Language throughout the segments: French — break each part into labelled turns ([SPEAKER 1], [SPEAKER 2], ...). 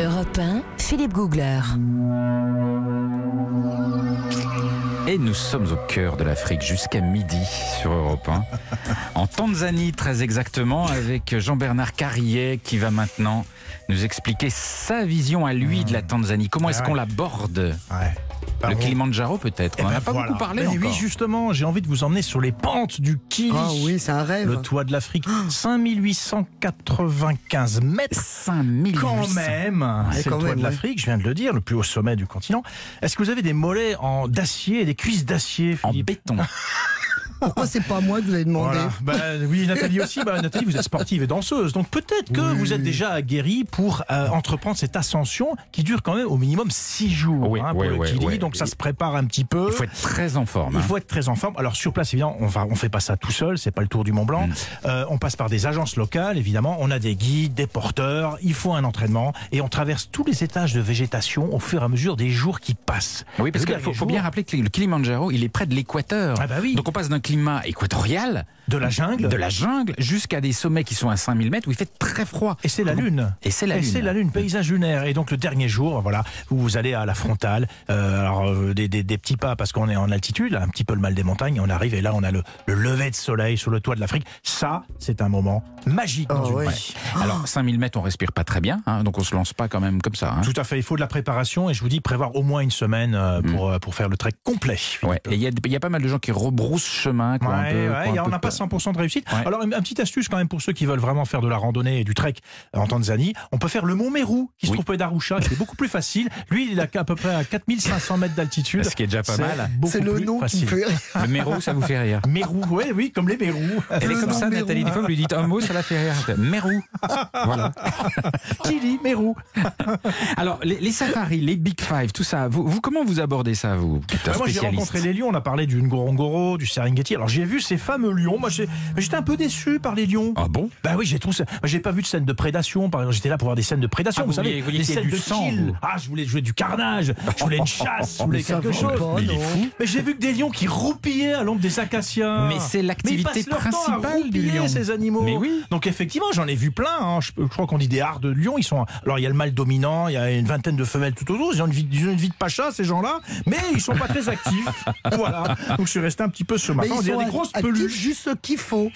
[SPEAKER 1] Europe 1, Philippe Googler.
[SPEAKER 2] Et nous sommes au cœur de l'Afrique jusqu'à midi sur Europe 1. En Tanzanie, très exactement, avec Jean-Bernard Carrier qui va maintenant nous expliquer sa vision à lui de la Tanzanie. Comment est-ce
[SPEAKER 3] Ah ouais.
[SPEAKER 2] qu'on l'aborde
[SPEAKER 3] Ouais.
[SPEAKER 2] Le
[SPEAKER 3] Pardon.
[SPEAKER 2] Kilimandjaro peut-être
[SPEAKER 3] Eh
[SPEAKER 2] On n'en
[SPEAKER 3] ben
[SPEAKER 2] a pas
[SPEAKER 3] voilà.
[SPEAKER 2] beaucoup parlé
[SPEAKER 3] Mais
[SPEAKER 2] encore.
[SPEAKER 3] oui, justement, j'ai envie de vous emmener sur les pentes du Kili.
[SPEAKER 4] Ah oui, c'est un rêve.
[SPEAKER 3] le toit de l'Afrique, 5895 mètres.
[SPEAKER 2] 5800.
[SPEAKER 3] Quand même, c'est le
[SPEAKER 4] quand
[SPEAKER 3] toit
[SPEAKER 4] même,
[SPEAKER 3] de
[SPEAKER 4] ouais.
[SPEAKER 3] l'Afrique, je viens de le dire, le plus haut sommet du continent. Est-ce que vous avez des mollets en d'acier, des cuisses d'acier,
[SPEAKER 2] En
[SPEAKER 3] Philippe
[SPEAKER 2] béton.
[SPEAKER 4] Pourquoi c'est pas moi que vous avez demandé
[SPEAKER 3] Voilà. Bah, oui, Nathalie aussi. Bah, Nathalie, vous êtes sportive et danseuse. Donc peut-être que vous êtes déjà aguerrie pour euh, entreprendre cette ascension qui dure quand même au minimum 6 jours hein,
[SPEAKER 2] Oui,
[SPEAKER 3] pour
[SPEAKER 2] oui,
[SPEAKER 3] le
[SPEAKER 2] oui,
[SPEAKER 3] Kili.
[SPEAKER 2] oui.
[SPEAKER 3] Donc ça se prépare un petit peu.
[SPEAKER 2] Il faut être très en forme.
[SPEAKER 3] Il
[SPEAKER 2] hein.
[SPEAKER 3] faut être très en forme. Alors sur place, évidemment, on va, on fait pas ça tout seul. C'est pas le tour du Mont
[SPEAKER 2] Hmm.
[SPEAKER 3] Blanc. Euh, on passe par des agences locales, évidemment. On a des guides, des porteurs. Il faut un entraînement et on traverse tous les étages de végétation au fur et à mesure des jours qui passent.
[SPEAKER 2] Oui, parce
[SPEAKER 3] Le
[SPEAKER 2] qu'il
[SPEAKER 3] dernier
[SPEAKER 2] faut, faut
[SPEAKER 3] jour-
[SPEAKER 2] bien rappeler que le Kilimandjaro, il est près de l'équateur.
[SPEAKER 3] Ah bah oui.
[SPEAKER 2] Donc on passe d'un climat équatorial,
[SPEAKER 3] de la jungle.
[SPEAKER 2] de la jungle, jusqu'à des sommets qui sont à 5000 mètres où il fait très froid.
[SPEAKER 3] Et c'est la lune.
[SPEAKER 2] Et c'est la
[SPEAKER 3] Et
[SPEAKER 2] lune.
[SPEAKER 3] c'est la lune, paysage lunaire. Et donc le dernier jour, voilà, où vous allez à la frontale, euh, alors, euh, des, des- des petits pas parce qu'on est en altitude, un petit peu le mal des montagnes, et on arrive et là on a le, le lever de soleil sur le toit de l'Afrique. Ça, c'est un moment magique dans
[SPEAKER 4] Ah
[SPEAKER 3] une
[SPEAKER 4] oui.
[SPEAKER 3] vie.
[SPEAKER 2] Alors 5000 mètres, on respire pas très bien, hein, donc on se lance pas quand même comme ça. hein.
[SPEAKER 3] Tout à fait, il faut de la préparation et je vous dis prévoir au moins une semaine euh,
[SPEAKER 2] Mm.
[SPEAKER 3] pour, euh, pour faire le trek complet.
[SPEAKER 2] Ouais. Et il y, a- il y a pas mal de gens qui rebroussent chemin. qui ont un
[SPEAKER 3] Ouais,
[SPEAKER 2] peu-
[SPEAKER 3] ouais,
[SPEAKER 2] qui ont un
[SPEAKER 3] et on
[SPEAKER 2] peu
[SPEAKER 3] n'a pas
[SPEAKER 2] peur.
[SPEAKER 3] 100% de réussite.
[SPEAKER 2] Ouais.
[SPEAKER 3] Alors, une, une petite astuce quand même pour ceux qui veulent vraiment faire de la randonnée et du trek euh, en Tanzanie. On peut faire le mont Meru, qui se
[SPEAKER 2] Oui.
[SPEAKER 3] trouve près d'Arusha, qui est beaucoup plus facile. Lui, il est à peu près à 4500 mètres d'altitude.
[SPEAKER 2] Ce qui est déjà pas
[SPEAKER 3] C'est
[SPEAKER 2] mal.
[SPEAKER 3] beaucoup
[SPEAKER 4] C'est le
[SPEAKER 3] plus
[SPEAKER 4] nom qui
[SPEAKER 3] facile.
[SPEAKER 4] fait.
[SPEAKER 2] Le méro, ça vous fait rire.
[SPEAKER 3] Meru, ouais, oui, comme les Meru.
[SPEAKER 2] Elle est
[SPEAKER 4] Le
[SPEAKER 2] comme ça,
[SPEAKER 4] nom
[SPEAKER 2] Nathalie.
[SPEAKER 4] Meru.
[SPEAKER 2] Des fois, vous lui dites un mot, ça la fait rire. Mérou. Voilà.
[SPEAKER 3] Kili, Meru.
[SPEAKER 2] Alors, les, les safaris, les Big Five, tout ça, vous, vous- comment vous abordez ça, vous qui êtes un
[SPEAKER 3] Ah, moi, j'ai
[SPEAKER 2] spécialiste
[SPEAKER 3] rencontré les lions. On a parlé du Ngorongoro, du Serengeti. Alors, j'ai vu ces fameux lions. Moi, j'ai- j'étais un peu déçu par les lions.
[SPEAKER 2] Ah bon
[SPEAKER 3] Bah oui, j'ai tout ça. Moi, j'ai pas vu de scène de prédation. Par exemple, j'étais là pour voir des scènes de prédation.
[SPEAKER 2] Ah,
[SPEAKER 3] vous,
[SPEAKER 2] vous
[SPEAKER 3] savez,
[SPEAKER 2] vouliez- vous vouliez
[SPEAKER 3] des
[SPEAKER 2] qu'il y ait
[SPEAKER 3] scènes
[SPEAKER 2] du
[SPEAKER 3] de
[SPEAKER 2] sang,
[SPEAKER 3] kill.
[SPEAKER 2] vous.
[SPEAKER 3] Ah, je voulais jouer du carnage. Je voulais une chasse. Je voulais
[SPEAKER 4] Ça
[SPEAKER 3] quelque
[SPEAKER 4] va
[SPEAKER 3] chose.
[SPEAKER 4] pas,
[SPEAKER 3] mais,
[SPEAKER 4] non.
[SPEAKER 3] mais j'ai vu que des lions qui roupillaient à l'ombre des acacias.
[SPEAKER 2] Mais c'est l'activité
[SPEAKER 3] Mais ils passent leur temps à
[SPEAKER 2] principale du
[SPEAKER 3] roupiller,
[SPEAKER 2] lion.
[SPEAKER 3] Ces animaux.
[SPEAKER 2] Mais oui.
[SPEAKER 3] Donc effectivement, j'en ai vu plein. hein. Je, je crois qu'on dit des hards de lions. Ils sont. Alors il y a le mâle dominant. Il y a une vingtaine de femelles tout autour. Ils ont une vie, ils ont une vie de pacha ces gens-là. Mais ils sont pas très actifs. voilà. Donc je suis resté un petit peu ce
[SPEAKER 4] Mais
[SPEAKER 3] matin.
[SPEAKER 4] ils
[SPEAKER 3] On dirait
[SPEAKER 4] sont
[SPEAKER 3] des grosses
[SPEAKER 4] actifs
[SPEAKER 3] peluches.
[SPEAKER 4] juste ce qu'il faut.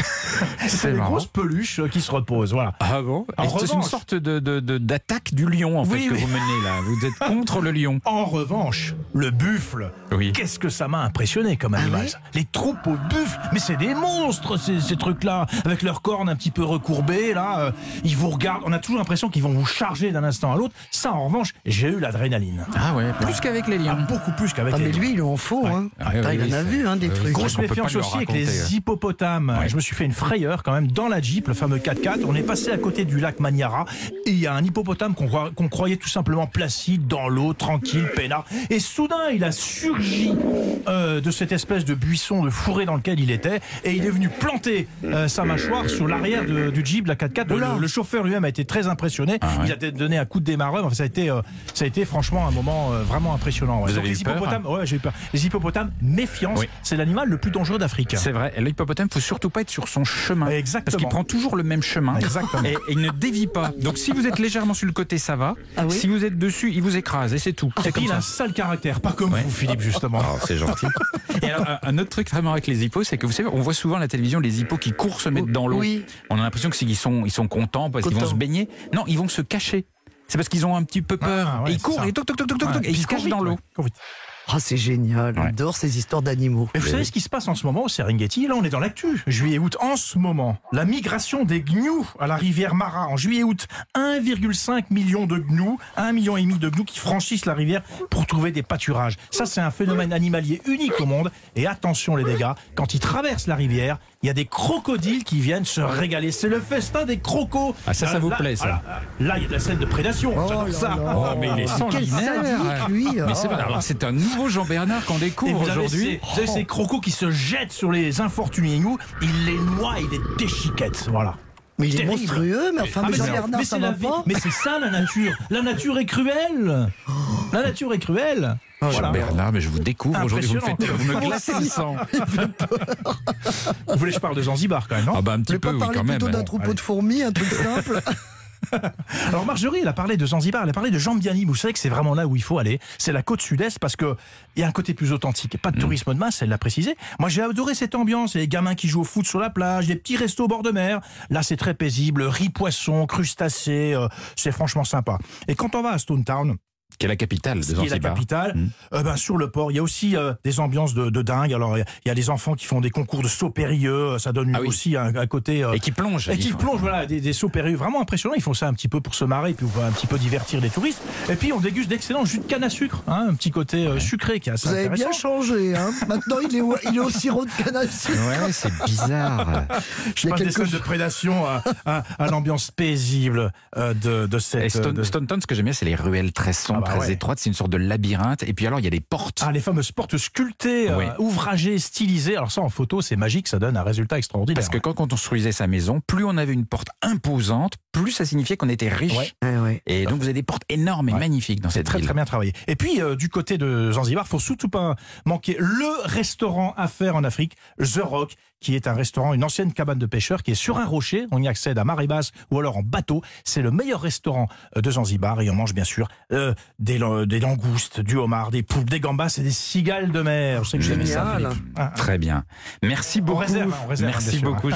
[SPEAKER 4] Ah,
[SPEAKER 3] C'est des
[SPEAKER 2] marrant.
[SPEAKER 3] grosses peluches euh, qui se reposent. Voilà.
[SPEAKER 2] Ah bon
[SPEAKER 3] En
[SPEAKER 2] Et C'est une
[SPEAKER 3] revanche-
[SPEAKER 2] sorte de- de- de- d'attaque du lion, en fait,
[SPEAKER 3] Oui,
[SPEAKER 2] que
[SPEAKER 3] oui.
[SPEAKER 2] vous menez là. Vous êtes contre le lion.
[SPEAKER 3] En revanche, le buffle,
[SPEAKER 2] Oui.
[SPEAKER 3] qu'est-ce que ça m'a impressionné comme animal
[SPEAKER 4] Ah ouais
[SPEAKER 3] ça. Les troupes au buffle, mais c'est des monstres ces, ces trucs-là, avec leurs cornes un petit peu recourbées, là, euh, ils vous regardent, on a toujours l'impression qu'ils vont vous charger d'un instant à l'autre. Ça, en revanche, j'ai eu l'adrénaline.
[SPEAKER 2] Ah ouais, plus qu'avec les
[SPEAKER 3] Ah,
[SPEAKER 2] lions.
[SPEAKER 3] beaucoup plus qu'avec
[SPEAKER 4] Ah,
[SPEAKER 3] les
[SPEAKER 4] mais
[SPEAKER 3] lions.
[SPEAKER 4] lui, il en faut. Hein.
[SPEAKER 2] Ah oui,
[SPEAKER 4] Attends,
[SPEAKER 2] oui,
[SPEAKER 4] il en a
[SPEAKER 2] c'est-
[SPEAKER 4] vu hein, des
[SPEAKER 2] oui,
[SPEAKER 4] trucs.
[SPEAKER 2] c'est-
[SPEAKER 3] Grosse
[SPEAKER 2] On peut pas
[SPEAKER 3] méfiance
[SPEAKER 2] leur
[SPEAKER 3] aussi avec
[SPEAKER 2] raconter, euh.
[SPEAKER 3] les hippopotames.
[SPEAKER 2] Ouais.
[SPEAKER 3] Je me suis fait une frayeur quand même dans la Jeep, le fameux 4x4. On est passé à côté du lac Maniara et il y a un hippopotame qu'on croit- qu'on croyait tout simplement placide dans l'eau, tranquille, peinard. Et soudain, il a surgi euh, de cette espèce de buisson, de fourré dans lequel il était et il est venu planter euh, sa mâchoire sur l'arrière de- du Jeep, la 4x4. Le, le chauffeur lui-même a été très impressionné.
[SPEAKER 2] Ah ouais.
[SPEAKER 3] Il a donné un coup de démarreur. Enfin, ça, a été, euh, ça a été franchement un moment euh, vraiment impressionnant. ouais.
[SPEAKER 2] Vous
[SPEAKER 3] Donc,
[SPEAKER 2] avez
[SPEAKER 3] les
[SPEAKER 2] eu peur hein,
[SPEAKER 3] hippopotames, Ah ouais, j'ai eu peur. Les hippopotames, méfiance,
[SPEAKER 2] Oui.
[SPEAKER 3] c'est l'animal le plus dangereux d'Afrique.
[SPEAKER 2] C'est vrai, l'hippopotame, faut surtout pas être sur son chemin.
[SPEAKER 3] Exactement.
[SPEAKER 2] Parce qu'il prend toujours le même chemin.
[SPEAKER 3] Exactement.
[SPEAKER 2] Et, et il ne dévie pas. Donc si vous êtes légèrement sur le côté, ça va.
[SPEAKER 4] Ah oui Ah,
[SPEAKER 2] si vous êtes dessus, il vous écrase et c'est tout. C'est
[SPEAKER 3] Et puis,
[SPEAKER 2] comme
[SPEAKER 3] il a
[SPEAKER 2] ça.
[SPEAKER 3] un sale caractère, pas comme
[SPEAKER 2] Ouais.
[SPEAKER 3] vous, Philippe, justement.
[SPEAKER 2] Oh, c'est gentil. Et alors, un- un autre truc vraiment avec les hippos, c'est que vous savez, on voit souvent à la télévision les hippos qui courent se mettre dans l'eau.
[SPEAKER 4] Oui.
[SPEAKER 2] On a l'impression que c'est qu'ils sont, ils sont contents parce qu'ils vont
[SPEAKER 4] Contents.
[SPEAKER 2] se baigner. Non, ils vont se cacher. C'est parce qu'ils ont un petit peu peur.
[SPEAKER 3] Ah, ouais,
[SPEAKER 2] et ils
[SPEAKER 3] c'est
[SPEAKER 2] courent
[SPEAKER 3] ça.
[SPEAKER 2] et toc toc toc toc toc
[SPEAKER 3] Ouais.
[SPEAKER 2] toc, et ils
[SPEAKER 3] Puis
[SPEAKER 2] se cachent
[SPEAKER 3] court
[SPEAKER 2] dans
[SPEAKER 3] vite,
[SPEAKER 2] l'eau.
[SPEAKER 3] ouais, court vite.
[SPEAKER 4] Ah, c'est génial.
[SPEAKER 2] Ouais.
[SPEAKER 4] On adore ces histoires d'animaux.
[SPEAKER 3] Mais vous
[SPEAKER 2] Eh
[SPEAKER 3] savez ce qui se passe en ce moment au Serengeti Là, on est dans l'actu. Juillet-août, en ce moment, la migration des gnous à la rivière Mara. En juillet-août, 1,5 million de gnous, 1,5 million et demi de gnous qui franchissent la rivière pour trouver des pâturages. Ça, c'est un phénomène animalier unique au monde. Et attention, les dégâts, quand ils traversent la rivière, il y a des crocodiles qui viennent se régaler. C'est le festin des crocos.
[SPEAKER 2] Ah, ça, ça
[SPEAKER 3] Euh,
[SPEAKER 2] vous
[SPEAKER 3] là-
[SPEAKER 2] plaît, ça Oh,
[SPEAKER 3] ah, Là, là, il y a de la scène de prédation. J'adore ça.
[SPEAKER 4] Ah, Quel sadique, lui
[SPEAKER 3] Ah,
[SPEAKER 4] hein.
[SPEAKER 2] Mais c'est vrai, alors, c'est un nouveau Jean Bernard qu'on
[SPEAKER 3] Et
[SPEAKER 2] découvre
[SPEAKER 3] vous avez
[SPEAKER 2] aujourd'hui. oh.
[SPEAKER 3] ces, vous avez ces crocos qui se jettent sur les infortunés nous, ils les noient, ils les déchiquettent. Voilà.
[SPEAKER 4] Mais il est
[SPEAKER 3] Terrible.
[SPEAKER 4] monstrueux, mais enfin,
[SPEAKER 3] Ah,
[SPEAKER 4] mais
[SPEAKER 3] c'est-
[SPEAKER 4] Jean-Bernard, ça
[SPEAKER 3] c'est la
[SPEAKER 4] va
[SPEAKER 3] vie.
[SPEAKER 4] pas
[SPEAKER 3] Mais c'est ça la nature. La nature est cruelle. La nature est cruelle. Voilà.
[SPEAKER 2] Jean Bernard, mais je vous découvre aujourd'hui. Vous me faites,
[SPEAKER 3] Impressionnant.
[SPEAKER 2] vous me glacez le sang.
[SPEAKER 3] Vous voulez que je parle de Zanzibar quand même, non
[SPEAKER 2] Ah bah un
[SPEAKER 4] Je
[SPEAKER 2] petit
[SPEAKER 4] vais
[SPEAKER 2] peu,
[SPEAKER 4] pas
[SPEAKER 2] oui,
[SPEAKER 4] parler
[SPEAKER 2] quand même. hein.
[SPEAKER 3] hein.
[SPEAKER 4] plutôt d'un
[SPEAKER 2] Bon,
[SPEAKER 4] troupeau
[SPEAKER 3] allez.
[SPEAKER 4] de fourmis, un truc simple
[SPEAKER 3] Alors Marjorie, elle a parlé de Zanzibar, elle a parlé de Jambiani. Vous savez que c'est vraiment là où il faut aller. C'est la côte sud-est parce que il y a un côté plus authentique. Pas de
[SPEAKER 2] Mm.
[SPEAKER 3] tourisme de masse, elle l'a précisé. Moi, j'ai adoré cette ambiance. Les gamins qui jouent au foot sur la plage, des petits restos au bord de mer. Là, c'est très paisible. Riz poisson, crustacés, euh, c'est franchement sympa. Et quand on va à Stone Town,
[SPEAKER 2] Qui est la capitale de
[SPEAKER 3] qui est la
[SPEAKER 2] Zanzibar.
[SPEAKER 3] capitale,
[SPEAKER 2] Mm.
[SPEAKER 3] euh, ben, sur le port, il y a aussi euh, des ambiances de, de dingue. Alors, il y a- il y a des enfants qui font des concours de sauts périlleux. euh, Ça donne
[SPEAKER 2] Ah oui.
[SPEAKER 3] aussi un, un côté... euh,
[SPEAKER 2] Et qui plonge.
[SPEAKER 3] et qui plongent, voilà, des, des sauts périlleux vraiment impressionnants. Ils font ça un petit peu pour se marrer, puis pour un petit peu divertir les touristes. Et puis on déguste d'excellents jus de canne à sucre, hein, un petit côté euh, sucré qui est assez
[SPEAKER 4] Vous avez bien
[SPEAKER 3] intéressant.
[SPEAKER 4] changé, hein Maintenant, il est, au, il est au sirop de canne à sucre.
[SPEAKER 2] Ouais, c'est bizarre.
[SPEAKER 4] Il
[SPEAKER 3] Je
[SPEAKER 4] y a
[SPEAKER 3] passe des
[SPEAKER 4] quelque
[SPEAKER 3] scènes de
[SPEAKER 4] chose.
[SPEAKER 3] prédation à, à- à l'ambiance paisible euh, de, de cette.
[SPEAKER 2] Et Stone,
[SPEAKER 3] de-
[SPEAKER 2] Stone Town, ce que j'aime bien, c'est les ruelles très sombres,
[SPEAKER 3] Ah bah
[SPEAKER 2] très
[SPEAKER 3] ouais.
[SPEAKER 2] étroites. C'est une sorte de labyrinthe. Et puis alors, il y a des portes.
[SPEAKER 3] Ah, les fameuses portes sculptées, euh,
[SPEAKER 2] Oui.
[SPEAKER 3] ouvragées, stylisées. Alors ça, en photo, c'est magique, ça donne un résultat extraordinaire.
[SPEAKER 2] Parce que quand on construisait sa maison, plus on avait une porte imposante, plus ça signifiait qu'on était riche.
[SPEAKER 3] Ouais.
[SPEAKER 4] Ouais, Eh ouais.
[SPEAKER 2] Et donc vous avez des portes énormes et
[SPEAKER 3] Ouais.
[SPEAKER 2] magnifiques dans
[SPEAKER 3] C'est
[SPEAKER 2] cette
[SPEAKER 3] très
[SPEAKER 2] ville.
[SPEAKER 3] très bien travaillé. Et puis euh, du côté de Zanzibar, faut surtout pas manquer le restaurant à faire en Afrique, The Rock, qui est un restaurant, une ancienne cabane de pêcheurs qui est sur un rocher. On y accède à marée basse ou alors en bateau. C'est le meilleur restaurant euh, de Zanzibar et on mange bien sûr euh, des, lan- des langoustes, du homard, des poulpes, des gambas et des cigales de mer. Je sais que j'aimais ça.
[SPEAKER 4] Génial.
[SPEAKER 3] Philippe. Ah, ah.
[SPEAKER 2] Très bien. Merci beaucoup.
[SPEAKER 3] réserve, hein, on réserve,
[SPEAKER 2] Merci
[SPEAKER 3] bien sûr, hein.
[SPEAKER 2] beaucoup.